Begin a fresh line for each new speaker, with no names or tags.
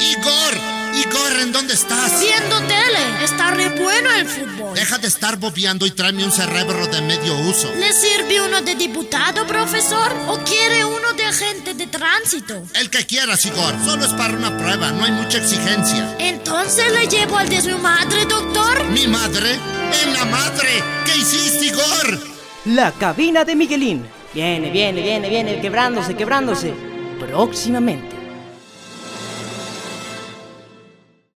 Igor, Igor, ¿en dónde estás?
Viendo tele. Está re bueno el fútbol.
Deja de estar bobeando y tráeme un cerebro de medio uso.
¿Le sirve uno de diputado, profesor? ¿O quiere uno de agente de tránsito?
El que quieras, Igor. Solo es para una prueba, no hay mucha exigencia.
Entonces le llevo al de su madre, doctor.
¿Mi madre? ¡En la madre! ¿Qué hiciste, Igor?
La cabina de Miguelín. Viene, viene, viene, viene, quebrándose, quebrándose. Próximamente.